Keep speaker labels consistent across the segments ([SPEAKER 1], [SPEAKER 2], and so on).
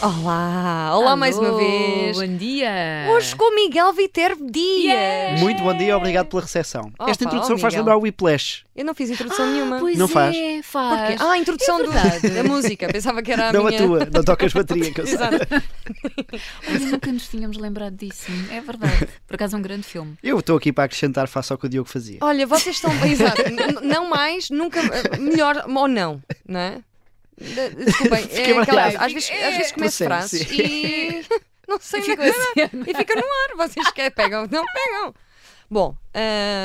[SPEAKER 1] Olá, olá mais uma
[SPEAKER 2] Alô,
[SPEAKER 1] vez.
[SPEAKER 2] Bom dia!
[SPEAKER 1] Hoje com Miguel Viterbo Dias.
[SPEAKER 2] Yeah.
[SPEAKER 3] Muito bom dia, obrigado pela recepção.
[SPEAKER 1] Opa,
[SPEAKER 3] Esta introdução
[SPEAKER 1] ó,
[SPEAKER 3] faz
[SPEAKER 1] Miguel.
[SPEAKER 3] lembrar o Whiplash.
[SPEAKER 1] Eu não fiz introdução nenhuma.
[SPEAKER 2] Pois
[SPEAKER 3] Não
[SPEAKER 2] é,
[SPEAKER 3] faz?
[SPEAKER 1] Porquê?
[SPEAKER 2] faz.
[SPEAKER 1] Ah, a introdução
[SPEAKER 2] É
[SPEAKER 1] do-
[SPEAKER 2] verdade.
[SPEAKER 1] da música. Pensava que era a
[SPEAKER 3] não
[SPEAKER 1] minha.
[SPEAKER 3] a tua, não tocas bateria. Que eu sei.
[SPEAKER 1] Exato.
[SPEAKER 2] Olha, nunca nos tínhamos lembrado disso. É verdade. Por acaso é um grande filme.
[SPEAKER 3] Eu estou aqui para acrescentar, faça o que o Diogo fazia.
[SPEAKER 1] Olha, vocês estão. Exato. N- Não mais, nunca. eh, Melhor ou não, não é? De- Desculpem,
[SPEAKER 3] Fiquei
[SPEAKER 1] é aquela,
[SPEAKER 3] baralhado.
[SPEAKER 1] às, vezes, às vezes começo
[SPEAKER 3] Sim,
[SPEAKER 1] frases
[SPEAKER 3] sim.
[SPEAKER 1] e não sei onde é que e fica no ar. Vocês que pegam, não pegam. Bom,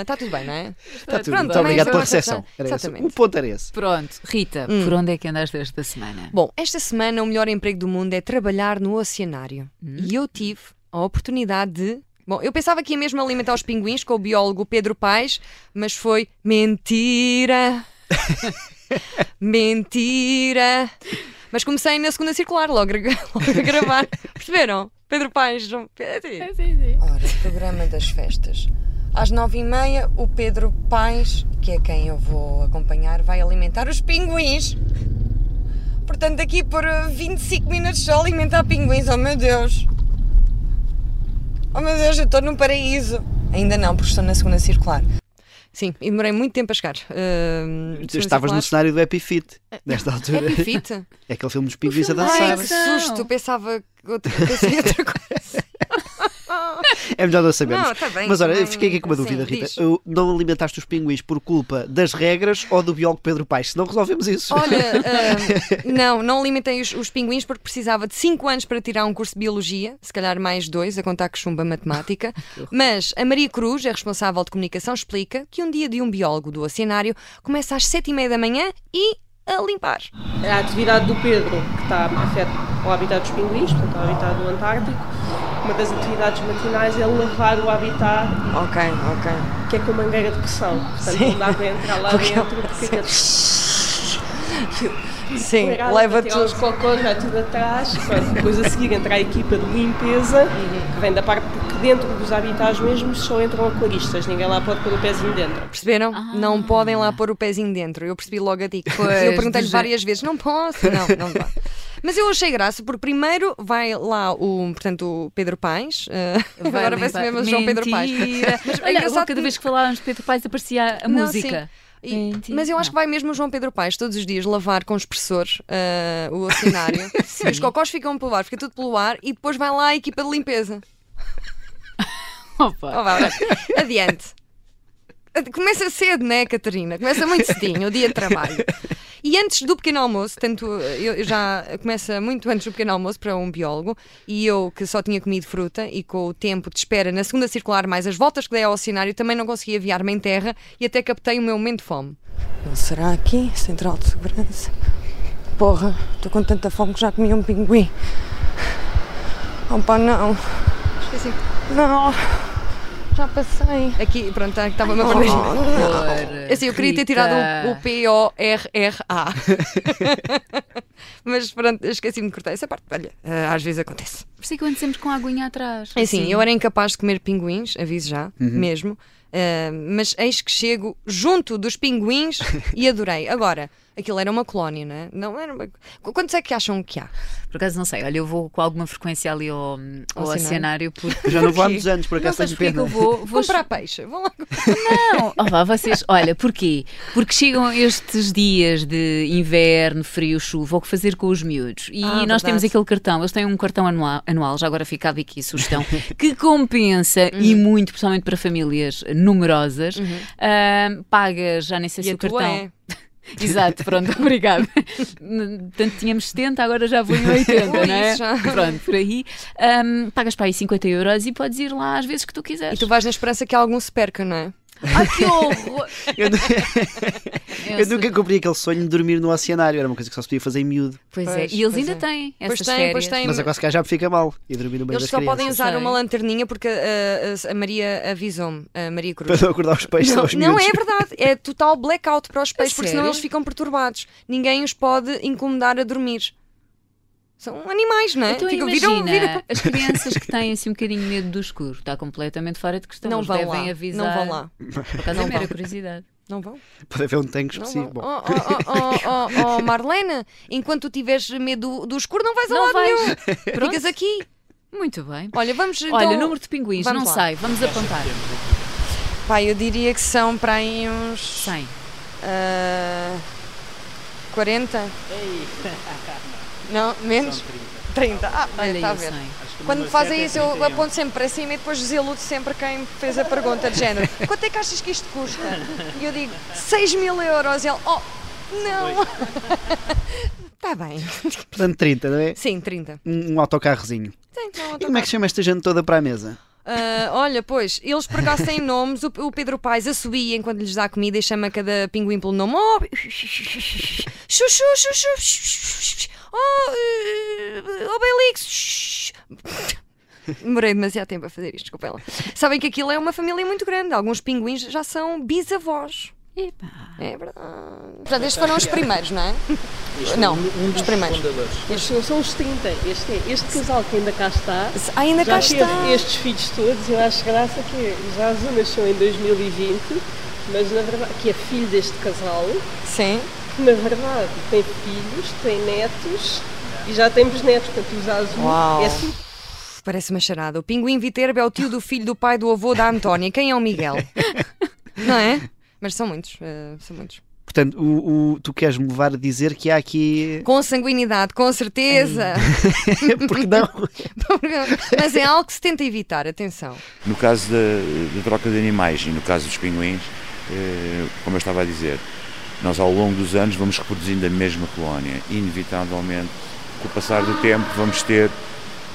[SPEAKER 1] está tudo bem, não é?
[SPEAKER 3] Está Tá tudo.
[SPEAKER 1] pronto,
[SPEAKER 3] Muito
[SPEAKER 1] também
[SPEAKER 3] obrigado
[SPEAKER 1] é
[SPEAKER 3] pela
[SPEAKER 1] uma recepção.
[SPEAKER 3] recepção. Era esse.
[SPEAKER 1] Exatamente.
[SPEAKER 3] O ponto era esse.
[SPEAKER 2] Pronto, Rita,
[SPEAKER 3] Hum.
[SPEAKER 2] por onde é que andaste esta semana?
[SPEAKER 1] Bom, esta semana o melhor emprego do mundo é trabalhar no oceanário. E eu tive a oportunidade de. Bom, eu pensava que ia mesmo alimentar os pinguins com o biólogo Pedro Paes, mas foi mentira! mentira! Mas comecei na segunda circular, logo a, logo a gravar. Perceberam? Pedro Paes. João- é assim. Ora, programa das festas. Às nove e meia, o Pedro Paes, que é quem eu vou acompanhar, vai alimentar os pinguins. Portanto, aqui por eh, 25 minutos só alimentar pinguins, oh meu Deus! Oh meu Deus, eu estou num paraíso! Ainda não, porque estou na segunda circular. Sim, e demorei muito tempo a chegar. Uh,
[SPEAKER 3] Tu estavas no cenário do Happy Fit,
[SPEAKER 1] É.
[SPEAKER 3] nesta altura.
[SPEAKER 1] Epifite?
[SPEAKER 3] É aquele filme dos pinguins a
[SPEAKER 2] filme-
[SPEAKER 1] Ai,
[SPEAKER 3] dançar.
[SPEAKER 1] que
[SPEAKER 2] Não.
[SPEAKER 1] susto! Pensava que outra, pensei outra coisa.
[SPEAKER 3] É melhor não sabemos.
[SPEAKER 1] Não, tá bem,
[SPEAKER 3] Mas olha,
[SPEAKER 1] também-
[SPEAKER 3] eu fiquei aqui com uma
[SPEAKER 1] Sim,
[SPEAKER 3] dúvida, Rita.
[SPEAKER 1] diz.
[SPEAKER 3] Eu- Não alimentaste os pinguins por culpa das regras ou do biólogo Pedro Paes? Se não resolvemos isso.
[SPEAKER 1] Olha, ah, não, não alimentei os, os pinguins porque precisava de 5 anos para tirar um curso de biologia, se calhar mais dois, a contar que chumba matemática. Mas a Maria Cruz, a responsável de comunicação, explica que um dia de um biólogo do oceanário começa às 7 e meia da manhã e a limpar.
[SPEAKER 4] a atividade do Pedro, que está afeta o habitat dos pinguins, portanto, o habitat do Antártico. Uma das atividades matinais é lavar o habitat,
[SPEAKER 1] Ok, ok.
[SPEAKER 4] que é com mangueira de pressão. Portanto, não dá para entrar lá
[SPEAKER 1] Porque é
[SPEAKER 4] dentro,
[SPEAKER 1] um-
[SPEAKER 4] porque aquele
[SPEAKER 1] Sim,
[SPEAKER 4] poleirada
[SPEAKER 1] leva
[SPEAKER 4] para tirar
[SPEAKER 1] tudo.
[SPEAKER 4] os cocôs, vai tudo atrás. Pronto, depois a seguir entra a equipa de limpeza, que vem da parte, porque dentro dos habitats mesmo só entram aquaristas, ninguém lá pode pôr o pezinho dentro.
[SPEAKER 1] Perceberam?
[SPEAKER 2] Ah.
[SPEAKER 1] Não podem lá pôr o pezinho dentro. Eu percebi logo a dica.
[SPEAKER 2] Pois,
[SPEAKER 1] eu perguntei-lhe
[SPEAKER 2] do
[SPEAKER 1] várias vezes: não posso, não, não dá. Mas eu achei graça, porque primeiro vai lá o, portanto, o Pedro Pais. agora vai-se mesmo o João Pedro Pais.
[SPEAKER 2] Mas
[SPEAKER 1] é
[SPEAKER 2] Olha,
[SPEAKER 1] engraçado
[SPEAKER 2] cada
[SPEAKER 1] que-
[SPEAKER 2] vez que falávamos de Pedro Paes aparecia a
[SPEAKER 1] Não,
[SPEAKER 2] música.
[SPEAKER 1] sim. E-
[SPEAKER 2] Mentira.
[SPEAKER 1] mas eu acho que vai mesmo o João Pedro Paes todos os dias lavar com expressor ah, o cenário. os cocós ficam pelo ar, fica tudo pelo ar e depois vai lá a equipa de limpeza.
[SPEAKER 2] Opa.
[SPEAKER 1] Oh, vá, vá. Adiante. Ad- Começa cedo, né, Catarina? Começa muito cedinho, o dia de trabalho. E antes do pequeno almoço, tanto eu eu já começa muito antes do pequeno almoço para um biólogo, e eu que só tinha comido fruta e com o tempo de espera na segunda circular mais as voltas que dei ao cenário, também não conseguia aviar-me em terra e até captei o meu momento de fome.
[SPEAKER 5] Não será aqui, Central de Segurança? Porra, estou com tanta fome que já comi um pinguim. Opa, não.
[SPEAKER 1] Esqueci.
[SPEAKER 5] Não. Já passei.
[SPEAKER 1] Aqui, pronto, tá, estava uma
[SPEAKER 5] Oh,
[SPEAKER 1] forma.
[SPEAKER 5] não.
[SPEAKER 1] Assim, eu queria ter tirado o- o P-O-R-R-A. Mas pronto, esqueci-me de cortar essa parte. Olha, eh, às vezes acontece.
[SPEAKER 2] Por isso é que eu ando sempre com a aguinha atrás.
[SPEAKER 1] É assim, eu era incapaz de comer pinguins, aviso já, mesmo. Ah, mas eis que chego junto dos pinguins e adorei. Agora, aquilo era uma colónia, não é? Não era uma... Qu- Quantos é que acham que há?
[SPEAKER 2] Por acaso não sei, olha, eu vou com alguma frequência ali ao, ao,
[SPEAKER 1] cenário.
[SPEAKER 2] cenário porque.
[SPEAKER 3] Eu já não vou há
[SPEAKER 2] Porquê?
[SPEAKER 3] muitos anos, por
[SPEAKER 2] Não
[SPEAKER 3] acaso
[SPEAKER 2] sabes
[SPEAKER 3] tenho
[SPEAKER 2] porquê que
[SPEAKER 3] pena.
[SPEAKER 2] eu vou, vou
[SPEAKER 1] Comprar peixe. Vão lá.
[SPEAKER 2] Não, Olá, vocês, olha, porquê? Porque chegam estes dias de inverno, frio, chuva, o que fazer com os miúdos? E
[SPEAKER 1] Ah,
[SPEAKER 2] nós
[SPEAKER 1] verdade.
[SPEAKER 2] temos aquele cartão, eles têm um cartão anua- anual, já agora fica aqui a sugestão, que compensa e
[SPEAKER 1] Uhum.
[SPEAKER 2] muito, principalmente para famílias numerosas, Ahm, paga, já nem sei
[SPEAKER 1] E
[SPEAKER 2] se
[SPEAKER 1] a
[SPEAKER 2] o
[SPEAKER 1] tua
[SPEAKER 2] cartão.
[SPEAKER 1] é?
[SPEAKER 2] Exato, pronto, obrigada. Portanto, tínhamos 70, agora já vou em 80,
[SPEAKER 1] Ui,
[SPEAKER 2] não é?
[SPEAKER 1] isso já.
[SPEAKER 2] Pronto, por aí. Ahm, pagas para aí 50 euros e podes ir lá às vezes que tu
[SPEAKER 1] E
[SPEAKER 2] quiseres.
[SPEAKER 1] tu vais na esperança que algum se perca, não é?
[SPEAKER 2] Ai, que horror!
[SPEAKER 3] Eu nu-
[SPEAKER 2] Eu
[SPEAKER 3] Eu
[SPEAKER 2] sei.
[SPEAKER 3] nunca cumpri aquele sonho de dormir no oceanário, era uma coisa que só se podia fazer em miúdo.
[SPEAKER 2] Pois, é,
[SPEAKER 1] Pois,
[SPEAKER 2] e eles
[SPEAKER 1] pois
[SPEAKER 2] ainda
[SPEAKER 1] é.
[SPEAKER 2] têm
[SPEAKER 1] Pois
[SPEAKER 2] essas
[SPEAKER 1] têm,
[SPEAKER 2] férias.
[SPEAKER 1] pois têm.
[SPEAKER 3] Mas agora se calhar já me fica mal e dormir no meio
[SPEAKER 1] Eles
[SPEAKER 3] das
[SPEAKER 1] só
[SPEAKER 3] crianças.
[SPEAKER 1] podem usar
[SPEAKER 2] Sei.
[SPEAKER 1] uma lanterninha porque ah, a, a Maria avisou-me, a Maria Cruz.
[SPEAKER 3] Para não acordar os peixes aos
[SPEAKER 1] Não, não
[SPEAKER 3] miúdos.
[SPEAKER 1] é verdade. É total blackout para os peixes, porque senão
[SPEAKER 2] sério?
[SPEAKER 1] eles ficam perturbados. Ninguém os pode incomodar a dormir. São animais, não é?
[SPEAKER 2] Então
[SPEAKER 1] Ficam-
[SPEAKER 2] imagina,
[SPEAKER 1] viram- viram-
[SPEAKER 2] as crianças que têm assim um bocadinho de medo do escuro, está completamente fora de questão.
[SPEAKER 1] Não
[SPEAKER 2] então Eles
[SPEAKER 1] vão
[SPEAKER 2] devem
[SPEAKER 1] lá.
[SPEAKER 2] avisar.
[SPEAKER 1] Não vão lá.
[SPEAKER 2] Por acaso é
[SPEAKER 1] Não
[SPEAKER 2] mera
[SPEAKER 1] vão.
[SPEAKER 2] curiosidade.
[SPEAKER 1] Não vão?
[SPEAKER 3] Pode haver um tanque
[SPEAKER 1] é- Não
[SPEAKER 3] específico.
[SPEAKER 1] vão.
[SPEAKER 3] Bom,
[SPEAKER 1] Oh, oh, oh, oh, oh, oh, Marlene, enquanto tu tiveres medo do- do escuro, não vais a
[SPEAKER 2] Não
[SPEAKER 1] lado
[SPEAKER 2] vais.
[SPEAKER 1] nenhum.
[SPEAKER 2] Pronto.
[SPEAKER 1] Ficas aqui.
[SPEAKER 2] Muito bem.
[SPEAKER 1] Olha, vamos. Então...
[SPEAKER 2] Olha, número de pinguins,
[SPEAKER 1] vamos
[SPEAKER 2] não
[SPEAKER 1] lá.
[SPEAKER 2] sei, vamos apontar.
[SPEAKER 1] Pá, eu diria que são para aí uns.
[SPEAKER 2] 100.
[SPEAKER 1] ah, 40? Não, menos? 30. Ah,
[SPEAKER 2] Olha, é?
[SPEAKER 1] está a
[SPEAKER 2] eu
[SPEAKER 1] ver.
[SPEAKER 2] 100.
[SPEAKER 1] Quando me fazem isso, eu aponto sempre para cima e depois desiludo sempre quem fez a pergunta de género. Quanto é que achas que isto custa? E eu digo, 6 mil euros. E ele, oh, não. Está bem.
[SPEAKER 3] portanto, 30, não é?
[SPEAKER 1] Sim, 30.
[SPEAKER 3] Um um autocarrozinho.
[SPEAKER 1] Tem, então,
[SPEAKER 3] E como é que se chama esta gente toda para a mesa?
[SPEAKER 1] Ah, olha, pois, eles por acaso têm nomes. O, o Pedro Paes assobia enquanto lhes dá comida e chama cada pinguim pelo nome. Oh, chuchu, chuchu, chuchu, oh, eh, oh Belix. Demorei demasiado tempo a fazer isto, desculpa lá. Sabem que aquilo é uma família muito grande. Alguns pinguins já são bisavós.
[SPEAKER 2] Epá.
[SPEAKER 1] É verdade. Portanto, estes foram os primeiros, não é? Não,
[SPEAKER 4] um
[SPEAKER 1] os primeiros.
[SPEAKER 4] Estes não são os 30. Este, é- este casal que ainda cá está.
[SPEAKER 1] Ainda
[SPEAKER 4] Já
[SPEAKER 1] cá está.
[SPEAKER 4] teve estes filhos todos, eu acho graça que já Azul nasceu em 2020, mas na verdade, que é filho deste casal,
[SPEAKER 1] Sim.
[SPEAKER 4] que na verdade tem filhos, tem netos e já temos netos, portanto os Azul
[SPEAKER 1] Uau.
[SPEAKER 4] é assim.
[SPEAKER 1] Parece uma charada. O pinguim Viterbo é o tio do filho do pai do avô da Antónia. Quem é o Miguel? Não é? Mas são muitos, eh, são muitos.
[SPEAKER 3] Portanto, o, o- tu queres me levar a dizer que há aqui.
[SPEAKER 1] Com sanguinidade, com certeza.
[SPEAKER 3] Porque não?
[SPEAKER 1] Mas é algo que se tenta evitar, atenção.
[SPEAKER 6] No caso da, da troca de animais e no caso dos pinguins, eh, como eu estava a dizer, nós ao longo dos anos vamos reproduzindo a mesma colónia. Inevitavelmente, com o passar do tempo, vamos ter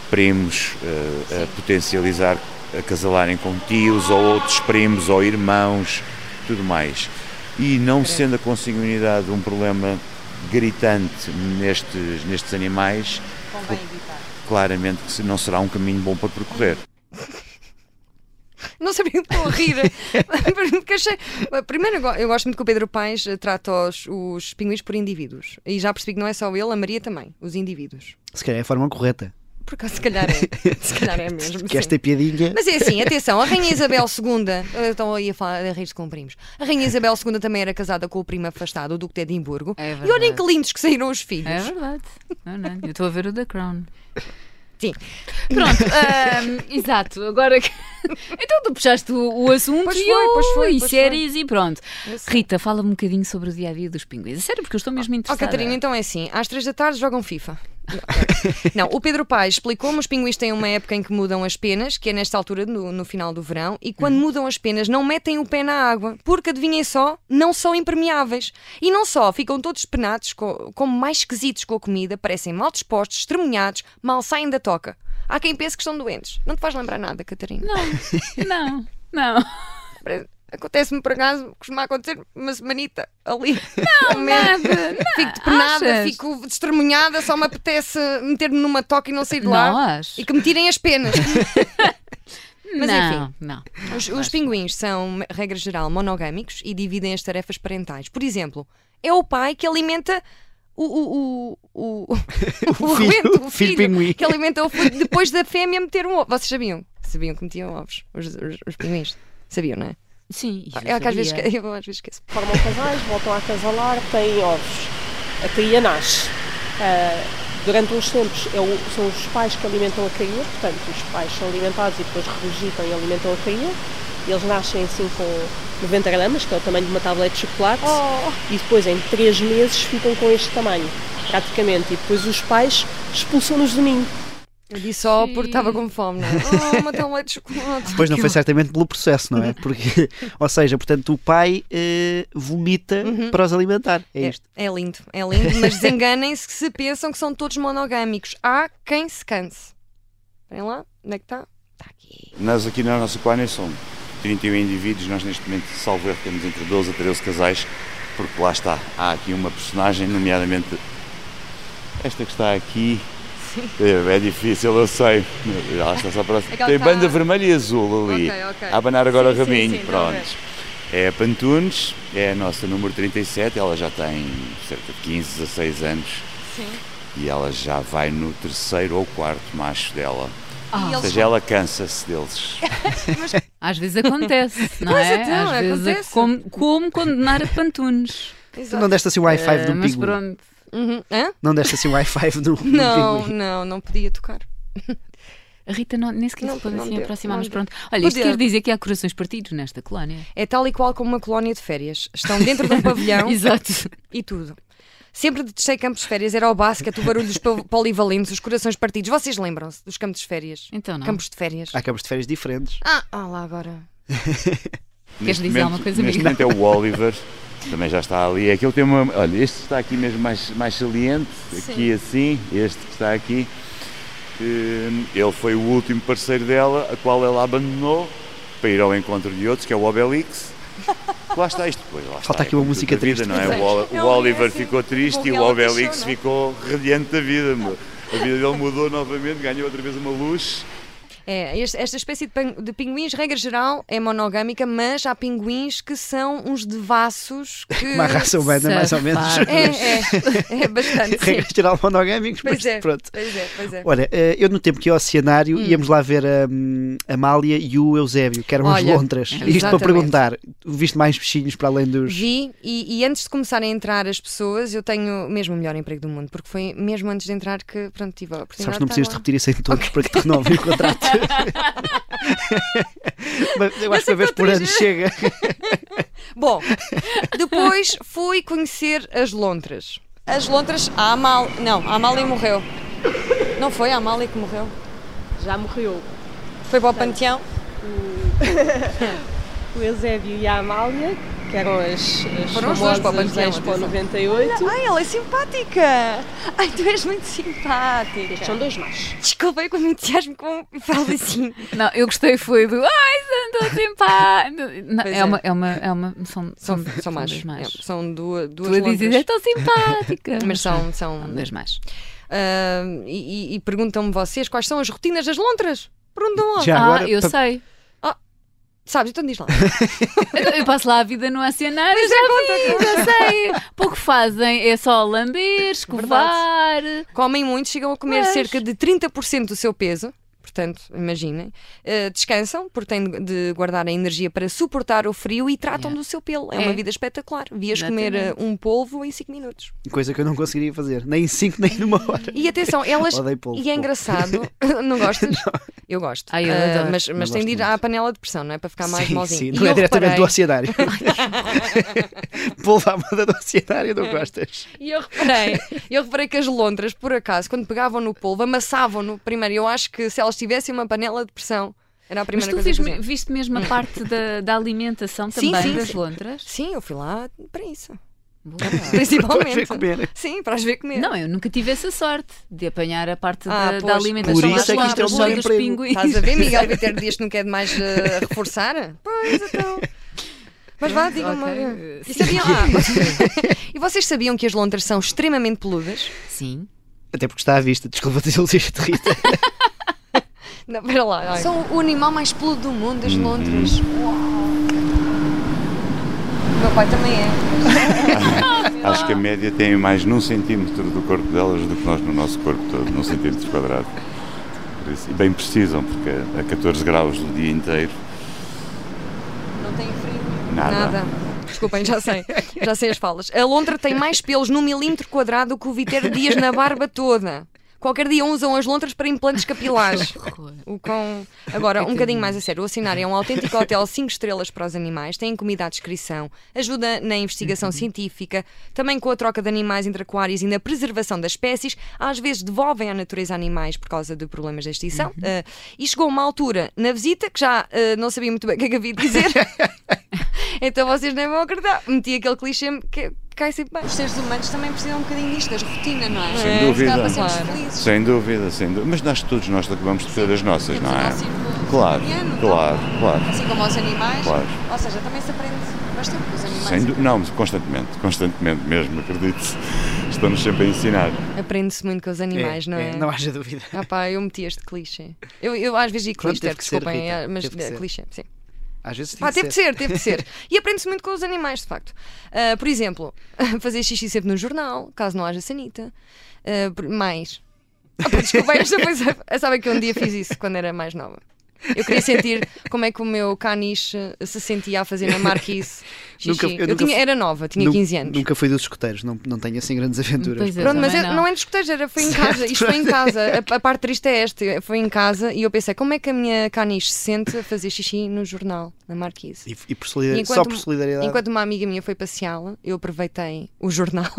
[SPEAKER 6] primos eh, a potencializar, a casalarem com tios ou outros primos ou irmãos, tudo mais. E não sendo a consanguinidade um problema gritante nestes, nestes animais, claramente que se- não será um caminho bom para percorrer.
[SPEAKER 1] Não sabia que estou a rir. Porque achei... Primeiro, eu go- eu gosto muito que o Pedro Pães eh, trata os, os pinguins por indivíduos. E já percebi que não é só ele, a Maria também, os indivíduos.
[SPEAKER 3] Se calhar é a forma correta.
[SPEAKER 1] Por acaso, se calhar é. Se calhar é mesmo.
[SPEAKER 3] Que
[SPEAKER 1] sim.
[SPEAKER 3] esta piadinha.
[SPEAKER 1] Mas é assim, atenção, a Rainha Isabel II, eh, estão aí a falar a rir com primos. A Rainha Isabel II também era casada com o primo afastado, o Duque de Edimburgo.
[SPEAKER 2] É verdade.
[SPEAKER 1] e olhem que lindos que saíram os filhos.
[SPEAKER 2] É verdade. Não, não. Eu estou a ver o The Crown.
[SPEAKER 1] Sim.
[SPEAKER 2] Pronto, ahm, exato. Agora que- Então tu puxaste o, o assunto
[SPEAKER 1] Pois
[SPEAKER 2] e
[SPEAKER 1] foi,
[SPEAKER 2] eu-
[SPEAKER 1] pois foi,
[SPEAKER 2] e
[SPEAKER 1] pois
[SPEAKER 2] séries e pronto.
[SPEAKER 1] Eu sei.
[SPEAKER 2] Rita, fala-me um bocadinho sobre o dia a dia dos pinguins. É sério, porque eu estou mesmo
[SPEAKER 1] Ó
[SPEAKER 2] interessada.
[SPEAKER 1] Catarina, então é assim: às três da tarde jogam FIFA. Não, o Pedro Paes explicou-me: os pinguins têm uma época em que mudam as penas, que é nesta altura, no, no final do verão, e quando mudam as penas, não metem o pé na água, porque adivinhem só, não são impermeáveis. E não só, ficam todos penados, co- como mais esquisitos com a comida, parecem mal dispostos, estremunhados, mal saem da toca. Há quem pense que estão doentes. Não te faz lembrar nada, Catarina.
[SPEAKER 2] Não, não.
[SPEAKER 1] Parece- Acontece-me por acaso, costuma acontecer uma semanita ali. Não,
[SPEAKER 2] nada,
[SPEAKER 1] Fico depenada,
[SPEAKER 2] achas?
[SPEAKER 1] fico destremunhada, só me apetece meter-me numa toca e não sair de lá.
[SPEAKER 2] Nós?
[SPEAKER 1] E que me tirem as penas. Mas
[SPEAKER 2] não,
[SPEAKER 1] enfim.
[SPEAKER 2] não.
[SPEAKER 1] Os, os pinguins são, regra geral, monogâmicos e dividem as tarefas parentais. Por exemplo, é o pai que alimenta o. o, o, o, o
[SPEAKER 3] filho-
[SPEAKER 1] rebento, o
[SPEAKER 3] o filho pinguim.
[SPEAKER 1] Que alimenta o filho depois da fêmea meter um ovo. Vocês sabiam? Sabiam que metiam ovos, os, os, os pinguins. Sabiam, não é?
[SPEAKER 2] Sim, isso
[SPEAKER 1] Eu, que às vezes,
[SPEAKER 2] sabia.
[SPEAKER 1] esque- eu às vezes esqueço.
[SPEAKER 4] Formam casais, voltam a casalar, têm ovos. A cria nasce. Ah, durante uns tempos é o- são os pais que alimentam a cria, portanto os pais são alimentados e depois regurgitam e alimentam a cria. Eles nascem assim com 90 gramas, que é o tamanho de uma tablete de chocolate, e depois em 3 meses ficam com este tamanho, praticamente. E depois os pais expulsam-nos do ninho.
[SPEAKER 1] Eu disse só porque estava com fome, não é? Oh, uma tão leite de chocolate.
[SPEAKER 3] Depois não foi certamente pelo processo, não é? Porque, ou seja, portanto, o pai eh, vomita para os alimentar. É isto.
[SPEAKER 1] Uhum. É, é lindo, é lindo, mas desenganem-se que se pensam que são todos monogâmicos. Há quem se canse. Vem lá, onde é que está? Está aqui.
[SPEAKER 6] Nós aqui na nossa colónia são 31 indivíduos, nós neste momento, salvo erro, temos entre 12 a 13 casais, porque lá está, há aqui uma personagem, nomeadamente esta que está aqui. É, é difícil, eu sei. Ela está só próxima.
[SPEAKER 1] Aquela
[SPEAKER 6] Tem
[SPEAKER 1] que está-
[SPEAKER 6] banda vermelha e azul ali.
[SPEAKER 1] Ok, ok.
[SPEAKER 6] A abanar agora
[SPEAKER 1] Sim,
[SPEAKER 6] o
[SPEAKER 1] sim,
[SPEAKER 6] rabinho,
[SPEAKER 1] sim, estou a
[SPEAKER 6] pronto. É a Pantunes, é a nossa número 37, ela já tem cerca de 15, 16 anos. E ela já vai no terceiro ou quarto macho dela.
[SPEAKER 1] E
[SPEAKER 6] Ou
[SPEAKER 1] eles
[SPEAKER 6] seja, ela cansa-se deles.
[SPEAKER 1] Mas
[SPEAKER 2] Às vezes acontece, não
[SPEAKER 1] Pois
[SPEAKER 2] é?
[SPEAKER 1] então,
[SPEAKER 2] Às vezes a-
[SPEAKER 1] acontece.
[SPEAKER 2] como, como condenar a pantunes.
[SPEAKER 3] Tu não deste assim o i5
[SPEAKER 2] Eh,
[SPEAKER 3] de um
[SPEAKER 2] mas
[SPEAKER 3] pinguim.
[SPEAKER 2] pronto.
[SPEAKER 1] Uhum. Hã?
[SPEAKER 3] Não deste assim o i5 de um de um
[SPEAKER 1] Não,
[SPEAKER 3] pinguim.
[SPEAKER 1] não, não podia tocar.
[SPEAKER 2] A Rita não, nem sequer
[SPEAKER 1] Não-
[SPEAKER 2] se pode
[SPEAKER 1] não
[SPEAKER 2] assim
[SPEAKER 1] deu,
[SPEAKER 2] aproximar,
[SPEAKER 1] não
[SPEAKER 2] mas
[SPEAKER 1] deu.
[SPEAKER 2] pronto. Olha, isto
[SPEAKER 1] Podia.
[SPEAKER 2] quer dizer que há corações partidos nesta colónia.
[SPEAKER 1] É tal e qual como uma colónia de férias. Estão dentro de um pavilhão
[SPEAKER 2] Exato.
[SPEAKER 1] e tudo. Sempre detestei campos de férias, era o basquete, o barulho dos pol- polivalentes, os corações partidos. Vocês lembram-se dos campos de férias?
[SPEAKER 2] Então não.
[SPEAKER 1] Campos de férias.
[SPEAKER 3] Há cabos de férias diferentes.
[SPEAKER 1] Ah, ah lá agora.
[SPEAKER 2] Queres
[SPEAKER 6] Neste
[SPEAKER 2] dizer
[SPEAKER 6] momento-
[SPEAKER 2] alguma coisa,
[SPEAKER 6] Neste
[SPEAKER 2] Miguel?
[SPEAKER 6] momento é o Oliver, também já está ali. É Aquele tem uma. Olha, este está aqui mesmo mais, mais saliente, aqui assim, este que está aqui. Hum, Ele foi o último parceiro dela, a qual ela abandonou para ir ao encontro de outros, que é o Obelix. Lá está isto depois. Lá
[SPEAKER 3] Falta
[SPEAKER 6] está,
[SPEAKER 3] aqui uma
[SPEAKER 6] é como
[SPEAKER 3] música
[SPEAKER 6] tudo na vida,
[SPEAKER 3] triste.
[SPEAKER 6] Não é? o, Oli-
[SPEAKER 1] Pois é.
[SPEAKER 6] o
[SPEAKER 1] Ele é
[SPEAKER 6] Oliver
[SPEAKER 1] assim,
[SPEAKER 6] ficou triste
[SPEAKER 1] um
[SPEAKER 6] e o
[SPEAKER 1] reality
[SPEAKER 6] Obelix
[SPEAKER 1] show, não é?
[SPEAKER 6] ficou radiante da vida. meu. A vida dele mudou novamente, ganhou outra vez uma luz.
[SPEAKER 1] É, este- esta espécie de, pan- de pinguins, regra geral, é monogâmica, mas há pinguins que são uns devassos que.
[SPEAKER 3] Uma É raça humana, mais ou menos.
[SPEAKER 2] Safado.
[SPEAKER 1] É, é, é bastante. sim.
[SPEAKER 3] Regra geral monogâmicos,
[SPEAKER 1] Pois
[SPEAKER 3] mas
[SPEAKER 1] é,
[SPEAKER 3] pronto.
[SPEAKER 1] pois é, pois é.
[SPEAKER 3] Olha, eh, eu no tempo que ia ao cenário íamos lá ver a hum, a Amália e o Eusébio, que eram os
[SPEAKER 1] Olha,
[SPEAKER 3] lontras. Isto para
[SPEAKER 1] exatamente.
[SPEAKER 3] perguntar, viste mais bichinhos para além dos.
[SPEAKER 1] Vi, e, e antes de começarem a entrar as pessoas, eu tenho mesmo o melhor emprego do mundo, porque foi mesmo antes de entrar que pronto, tive a oportunidade
[SPEAKER 3] Sabes que não
[SPEAKER 1] de
[SPEAKER 3] precisas de
[SPEAKER 1] estar lá.
[SPEAKER 3] repetir isso em todos para que te renovem o contrato. Mas eu acho que uma vez por ano chega.
[SPEAKER 1] Bom, depois fui conhecer as lontras. As lontras, a Amal. Não, a Amália morreu. Não foi a Amália que morreu?
[SPEAKER 4] Já morreu
[SPEAKER 1] Foi para o panteão?
[SPEAKER 4] o Eusébio e a Amália, que eram as, as
[SPEAKER 1] Foram os dois
[SPEAKER 4] famosas
[SPEAKER 1] para o Panteão,
[SPEAKER 4] Expo
[SPEAKER 1] atenção.
[SPEAKER 4] 98.
[SPEAKER 1] Ai, ela é simpática! Ai, tu és muito simpática!
[SPEAKER 4] Estes são dois machos.
[SPEAKER 1] Desculpei com o meu entusiasmo com falo assim.
[SPEAKER 2] Não, eu gostei foi do Ai, Sandra Simpá! Não,
[SPEAKER 1] Pois
[SPEAKER 2] é,
[SPEAKER 1] é.
[SPEAKER 2] uma, é uma, é uma. São,
[SPEAKER 1] São,
[SPEAKER 2] são,
[SPEAKER 1] são mais.
[SPEAKER 2] dois mais.
[SPEAKER 1] é, são duas,
[SPEAKER 2] Tu a
[SPEAKER 1] duas
[SPEAKER 2] dizes, é
[SPEAKER 1] lontras.
[SPEAKER 2] tão simpática.
[SPEAKER 1] Mas são. são
[SPEAKER 2] São dois mais.
[SPEAKER 1] Ah, e e- e perguntam-me vocês quais são as rotinas das lontras. Perguntam lá.
[SPEAKER 3] Já agora,
[SPEAKER 2] ah, eu
[SPEAKER 3] pa-
[SPEAKER 2] sei. Então,
[SPEAKER 1] Sabes? Então diz lá.
[SPEAKER 2] Eu eu passo lá a vida no acionário,
[SPEAKER 1] Mas é tá
[SPEAKER 2] já
[SPEAKER 1] já conta,
[SPEAKER 2] vi, já sei. Pouco fazem, é só lamber, escovar.
[SPEAKER 1] Comem muito, chegam a comer
[SPEAKER 2] Mas-
[SPEAKER 1] cerca de 30% do seu peso. Portanto, imaginem. Ah, descansam, porque têm de- de guardar a energia para suportar o frio e tratam
[SPEAKER 2] Yeah.
[SPEAKER 1] do seu pelo. É,
[SPEAKER 2] É.
[SPEAKER 1] uma vida espetacular. Vias comer ah,
[SPEAKER 2] Exatamente.
[SPEAKER 1] um polvo em 5 minutos.
[SPEAKER 3] Coisa que eu não conseguiria fazer, nem em 5, nem numa hora.
[SPEAKER 1] E atenção, elas.
[SPEAKER 3] Odeio polvo.
[SPEAKER 1] E é engraçado. não gostas? Eu gosto.
[SPEAKER 2] Ai, eu
[SPEAKER 1] Ah,
[SPEAKER 2] adoro.
[SPEAKER 1] mas mas
[SPEAKER 3] Não
[SPEAKER 1] tem de
[SPEAKER 3] gosto
[SPEAKER 1] ir
[SPEAKER 3] muito.
[SPEAKER 1] à panela de pressão, não é? Para ficar mais
[SPEAKER 3] sim,
[SPEAKER 1] malzinho.
[SPEAKER 3] sim,
[SPEAKER 1] E
[SPEAKER 3] não é
[SPEAKER 1] eu reparei-
[SPEAKER 3] diretamente do oceanário. Polvo à moda do oceanário, não gostas?
[SPEAKER 1] E eu reparei, eu reparei que as lontras, por acaso, quando pegavam no polvo, amassavam-no primeiro. Eu acho que se elas tivessem uma panela de pressão, era a
[SPEAKER 2] Mas
[SPEAKER 1] primeira
[SPEAKER 2] tu
[SPEAKER 1] coisa
[SPEAKER 2] vês-
[SPEAKER 1] que faziam.
[SPEAKER 2] viste mesmo a parte da, da alimentação
[SPEAKER 1] Sim,
[SPEAKER 2] também
[SPEAKER 1] sim,
[SPEAKER 2] das
[SPEAKER 1] sim.
[SPEAKER 2] lontras?
[SPEAKER 1] Sim, eu fui lá para isso.
[SPEAKER 2] Boa.
[SPEAKER 1] Principalmente.
[SPEAKER 3] ver comer.
[SPEAKER 1] Sim, para as ver comer.
[SPEAKER 2] Não, eu nunca tive essa sorte de apanhar a parte
[SPEAKER 1] Ah,
[SPEAKER 2] da, da
[SPEAKER 1] pois.
[SPEAKER 2] alimentação
[SPEAKER 3] Por isso
[SPEAKER 2] das
[SPEAKER 3] é que isto é um
[SPEAKER 2] lontras, só
[SPEAKER 3] bom
[SPEAKER 2] dos
[SPEAKER 3] emprego.
[SPEAKER 2] pinguins.
[SPEAKER 1] Estás a ver, Miguel Viterbo Dias, que não quer mais eh, reforçar? Pois então. Mas vá, digam-me.
[SPEAKER 2] ok.
[SPEAKER 1] olha.
[SPEAKER 2] Sim.
[SPEAKER 1] E sabiam. Ah, e vocês sabiam que as lontras são extremamente peludas?
[SPEAKER 2] Sim.
[SPEAKER 3] Até porque está à vista, desculpa dizer isto, Rita.
[SPEAKER 1] Não, pera lá. ai. São o animal mais peludo do mundo,
[SPEAKER 3] Uhum.
[SPEAKER 1] as lontras. Uau! O meu pai também é.
[SPEAKER 6] Acho que a média tem mais num centímetro do corpo delas do que nós no nosso corpo todo, num centímetro quadrado. Por isso- E bem precisam, porque a 14 graus do dia inteiro,
[SPEAKER 1] Não tem frio.
[SPEAKER 6] Nada.
[SPEAKER 1] Desculpem, já sei, já sei as falas. A lontra tem mais pelos no milímetro quadrado que o Vitero Dias na barba toda. Qualquer dia usam as lontras para implantes capilares. O com... Agora, um bocadinho mais a sério. O Assinário é um autêntico hotel 5 estrelas para os animais, tem comida à descrição, ajuda na
[SPEAKER 3] Uhum.
[SPEAKER 1] investigação científica, também com a troca de animais entre aquários e na preservação das espécies. Às vezes devolvem à natureza animais por causa de problemas de
[SPEAKER 3] Uhum.
[SPEAKER 1] extinção. Ah, e chegou uma altura na visita que já ah, não sabia muito bem o que é que havia de dizer. então vocês nem vão acreditar. Meti aquele clichê que cai sempre bem.
[SPEAKER 5] Os seres humanos também precisam um bocadinho disto, das rotinas, não é?
[SPEAKER 6] Sem
[SPEAKER 5] Se
[SPEAKER 6] dúvida.
[SPEAKER 5] calhar para sermos
[SPEAKER 1] Claro.
[SPEAKER 5] felizes.
[SPEAKER 6] sem dúvida, sem dúvida. Mas nós todos nós acabamos de ter as nossas, não
[SPEAKER 5] Temos o
[SPEAKER 6] é?
[SPEAKER 1] assim
[SPEAKER 5] nosso
[SPEAKER 1] um
[SPEAKER 5] círculo
[SPEAKER 6] Claro,
[SPEAKER 5] familiar,
[SPEAKER 6] claro, claro.
[SPEAKER 5] Assim como aos animais.
[SPEAKER 6] Claro.
[SPEAKER 5] Ou seja, também se aprende bastante com os animais.
[SPEAKER 6] Sem dú- não, constantemente, constantemente mesmo, acredito. Estamos sempre a ensinar.
[SPEAKER 1] Aprende-se muito com os animais, não é?
[SPEAKER 3] Não haja dúvida.
[SPEAKER 1] Ah pá, eu meti este clichê. Eu, eu às vezes digo
[SPEAKER 3] Pronto,
[SPEAKER 1] clichê,
[SPEAKER 3] teve que ser,
[SPEAKER 1] desculpem,
[SPEAKER 3] Rita,
[SPEAKER 1] é, mas
[SPEAKER 3] teve que
[SPEAKER 1] é,
[SPEAKER 3] ser.
[SPEAKER 1] clichê, sim.
[SPEAKER 3] Às vezes tem
[SPEAKER 1] Pá,
[SPEAKER 3] que
[SPEAKER 1] teve de ser, teve de ser. E aprende-se muito com os animais, de facto. Ah, por exemplo, fazer xixi sempre no jornal, caso não haja sanita. Ah, por- mais. Ah, pá, desculpem, esta foi. Sabem que um dia fiz isso quando era mais nova. Eu queria sentir como é que o meu caniche se sentia a fazer na marquise. Xixi.
[SPEAKER 3] Nunca- eu
[SPEAKER 1] eu
[SPEAKER 3] nunca
[SPEAKER 1] tinha,
[SPEAKER 3] fui-
[SPEAKER 1] era nova, tinha
[SPEAKER 3] Nu-
[SPEAKER 1] 15 anos.
[SPEAKER 3] Nunca fui dos escuteiros, não, não tenho assim grandes aventuras.
[SPEAKER 2] Pois é.
[SPEAKER 1] Pronto, mas eu-
[SPEAKER 2] também não.
[SPEAKER 1] não é discoteja, era- foi em casa. Isto foi em casa. A, a parte triste é esta. Foi em casa e eu pensei, como é que a minha caniche se sente a fazer xixi no jornal, na Marquise?
[SPEAKER 3] E, e por solidar-
[SPEAKER 1] E enquanto-
[SPEAKER 3] só por solidariedade.
[SPEAKER 1] Enquanto uma amiga minha foi passeá-la, eu aproveitei o jornal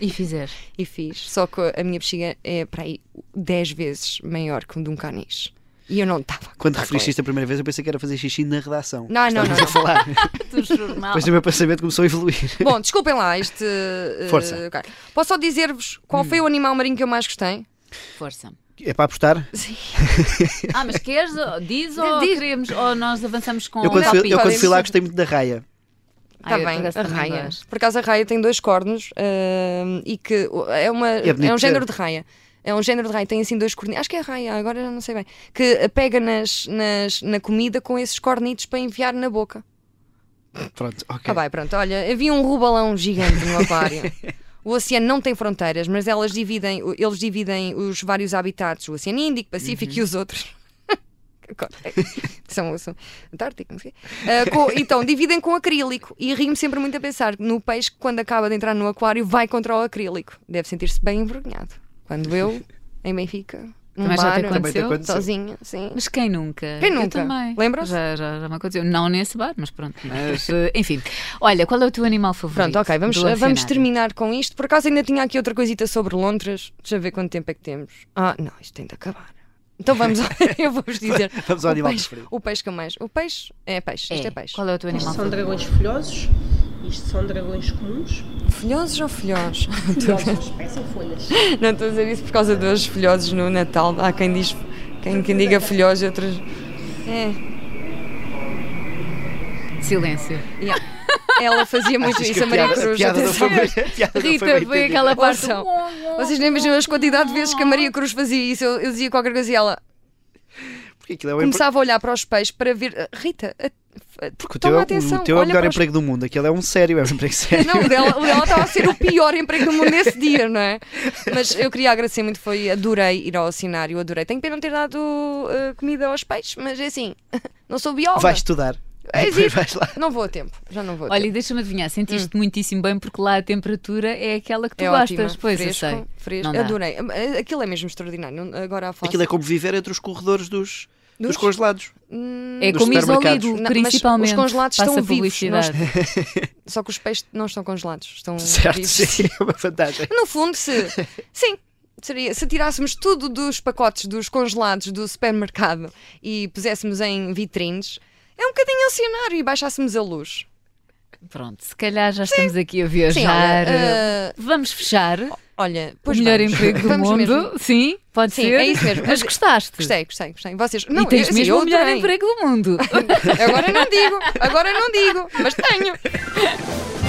[SPEAKER 2] E fizer.
[SPEAKER 1] e fiz. Só que a minha bexiga é para aí 10 vezes maior que o de um caniche. E eu não estava. a
[SPEAKER 3] Quando
[SPEAKER 1] contar com
[SPEAKER 3] referiste isto a primeira vez, eu pensei que era fazer xixi na redação.
[SPEAKER 1] Ah, Não, não,
[SPEAKER 3] Estávamos
[SPEAKER 1] não,
[SPEAKER 3] a falar.
[SPEAKER 2] Do jornal.
[SPEAKER 3] Depois o meu pensamento começou a evoluir.
[SPEAKER 1] isso. Bom, desculpem lá este. eh,
[SPEAKER 3] Força. Hum.
[SPEAKER 1] cara. Posso só dizer-vos qual foi o animal marinho que eu mais gostei?
[SPEAKER 2] Força.
[SPEAKER 3] É para apostar?
[SPEAKER 2] Ah, mas queres? ou- Diz ou
[SPEAKER 1] Diz.
[SPEAKER 2] queremos? Ou nós avançamos com
[SPEAKER 3] eu
[SPEAKER 2] o
[SPEAKER 3] quando,
[SPEAKER 1] não,
[SPEAKER 3] fui, eu
[SPEAKER 1] podemos-
[SPEAKER 3] quando fui lá gostei muito da raia.
[SPEAKER 1] Está
[SPEAKER 2] Ah, eu
[SPEAKER 1] Tá bem,
[SPEAKER 2] por acaso
[SPEAKER 1] a
[SPEAKER 2] também
[SPEAKER 1] raia.
[SPEAKER 2] gosto.
[SPEAKER 1] Por acaso a raia tem dois cornos hum, e que o- é, uma, é,
[SPEAKER 3] bonito
[SPEAKER 1] um
[SPEAKER 3] ver.
[SPEAKER 1] género de raia. É um género de raia, tem assim dois cornitos. Acho que é raia, agora já não sei bem. Que pega nas, nas- na comida com esses cornitos para enviar na boca.
[SPEAKER 3] Pronto, ok.
[SPEAKER 1] Ah, vai, pronto. Olha, havia um rubalão gigante no aquário. O oceano não tem fronteiras, mas elas dividem, eles dividem os vários habitats, o Oceano Índico, Pacífico
[SPEAKER 2] Uhum.
[SPEAKER 1] e os outros. são, são Antártico, não sei. Ah, com- então, dividem com acrílico e rimo sempre muito a pensar no peixe que quando acaba de entrar no aquário vai contra o acrílico. Deve sentir-se bem envergonhado. Quando eu, em Benfica, num
[SPEAKER 2] Também já
[SPEAKER 1] bar,
[SPEAKER 2] te aconteceu?
[SPEAKER 3] Também te aconteceu.
[SPEAKER 1] sozinha, sim.
[SPEAKER 2] Mas quem nunca?
[SPEAKER 1] Quem
[SPEAKER 2] Eu
[SPEAKER 1] nunca?
[SPEAKER 2] também.
[SPEAKER 1] Lembram-se?
[SPEAKER 2] Já, já, já me aconteceu. Não nesse bar, mas pronto. Mas, eh, enfim. Olha, qual é o teu animal favorito?
[SPEAKER 1] Pronto, ok, vamos, eh,
[SPEAKER 2] do
[SPEAKER 1] vamos
[SPEAKER 2] afinário?
[SPEAKER 1] terminar com isto. Por acaso ainda tinha aqui outra coisita sobre Londres. Deixa eu ver quanto tempo é que temos. Ah, não, isto tem de acabar. Então vamos, ao- eu vou-vos dizer.
[SPEAKER 3] Vamos ao
[SPEAKER 1] o
[SPEAKER 3] animal
[SPEAKER 1] peixe,
[SPEAKER 3] preferido.
[SPEAKER 1] O peixe que eu mais. O peixe é peixe, isto é,
[SPEAKER 2] É.
[SPEAKER 1] peixe.
[SPEAKER 2] Qual é o teu animal
[SPEAKER 4] Isto são
[SPEAKER 2] favorito?
[SPEAKER 4] dragões folhosos, isto são dragões comuns,
[SPEAKER 3] é?
[SPEAKER 1] Filhosos ou filhós?
[SPEAKER 4] folhosos, peçam folhas.
[SPEAKER 1] não estou a dizer isso por causa dos filhosos no Natal. Há quem diz. Quem, quem diga filhós e outros. É,
[SPEAKER 2] Silêncio.
[SPEAKER 1] yeah. Ela fazia muito
[SPEAKER 3] Achas que
[SPEAKER 1] isso, a Maria
[SPEAKER 3] piada,
[SPEAKER 1] Cruz.
[SPEAKER 3] A piada não
[SPEAKER 1] atenção.
[SPEAKER 3] foi, a piada não
[SPEAKER 2] Rita,
[SPEAKER 3] foi bem
[SPEAKER 2] foi
[SPEAKER 3] entendida.
[SPEAKER 2] aquela parte.
[SPEAKER 1] Ouçam, Vocês nem imaginam as quantidade de vezes que a Maria Cruz fazia isso. Eu, eu dizia qualquer coisa e ela.
[SPEAKER 3] Porque aquilo é um
[SPEAKER 1] começava a olhar para os peixes para ver. Ah, Rita, a- a-
[SPEAKER 3] Porque o teu,
[SPEAKER 1] toma
[SPEAKER 3] é-
[SPEAKER 1] atenção.
[SPEAKER 3] o teu é o
[SPEAKER 1] olha
[SPEAKER 3] melhor
[SPEAKER 1] para os-
[SPEAKER 3] emprego do mundo, aquele é um sério, é um emprego sério.
[SPEAKER 1] Não, o dela, o dela estava a ser o pior emprego do mundo nesse dia, não é? Mas eu queria agradecer muito, foi adorei ir ao cenário, adorei. Tenho pena não ter dado ah, comida aos peixes, mas é assim, não sou bióloga.
[SPEAKER 3] Vais estudar.
[SPEAKER 1] É,
[SPEAKER 3] Depois
[SPEAKER 1] sim.
[SPEAKER 3] vais lá.
[SPEAKER 1] Não vou a tempo, já não vou a
[SPEAKER 2] Olha, e
[SPEAKER 1] tempo.
[SPEAKER 2] deixa-me adivinhar, sentiste muitíssimo bem porque lá a temperatura é aquela que tu
[SPEAKER 1] Hum. é
[SPEAKER 2] gostas.
[SPEAKER 1] ótima,
[SPEAKER 2] Pois
[SPEAKER 1] fresco,
[SPEAKER 2] eu sei.
[SPEAKER 1] fresco.
[SPEAKER 2] Não dá.
[SPEAKER 1] Adorei. Ah, Aquilo é mesmo extraordinário. não- Agora a
[SPEAKER 3] Aquilo é como viver entre os corredores dos, dos?
[SPEAKER 1] Dos?
[SPEAKER 3] congelados.
[SPEAKER 2] É
[SPEAKER 3] Nos
[SPEAKER 2] como
[SPEAKER 3] supermercados.
[SPEAKER 2] isolido,
[SPEAKER 1] Hum, Não, mas
[SPEAKER 2] principalmente.
[SPEAKER 1] os congelados
[SPEAKER 2] Passa
[SPEAKER 1] estão um vivos, não
[SPEAKER 2] publicidade.
[SPEAKER 1] Só que os peixes não estão congelados, estão
[SPEAKER 3] Certo,
[SPEAKER 1] vivos.
[SPEAKER 3] sim, é uma vantagem.
[SPEAKER 1] No fundo, se. Sim. Seria, se tirássemos tudo dos pacotes dos congelados do supermercado e puséssemos em vitrines, é um bocadinho ao cenário e baixássemos a luz.
[SPEAKER 2] Pronto, se calhar já estamos aqui a viajar.
[SPEAKER 1] Sim, olha, eh, ah,
[SPEAKER 2] Vamos fechar
[SPEAKER 1] Olha,
[SPEAKER 2] o
[SPEAKER 1] pois
[SPEAKER 2] melhor
[SPEAKER 1] vamos.
[SPEAKER 2] emprego do
[SPEAKER 1] Vamos
[SPEAKER 2] mundo.
[SPEAKER 1] mesmo.
[SPEAKER 2] Sim, pode
[SPEAKER 1] Sim,
[SPEAKER 2] ser.
[SPEAKER 1] é isso mesmo.
[SPEAKER 2] Mas
[SPEAKER 1] Mas-
[SPEAKER 2] gostaste.
[SPEAKER 1] Gostei, gostei, gostei. Vocês.
[SPEAKER 2] E
[SPEAKER 1] Não,
[SPEAKER 2] tens
[SPEAKER 1] eu, assim,
[SPEAKER 2] mesmo
[SPEAKER 1] eu
[SPEAKER 2] o melhor
[SPEAKER 1] tenho.
[SPEAKER 2] emprego do mundo.
[SPEAKER 1] Agora não digo, agora não digo, mas tenho.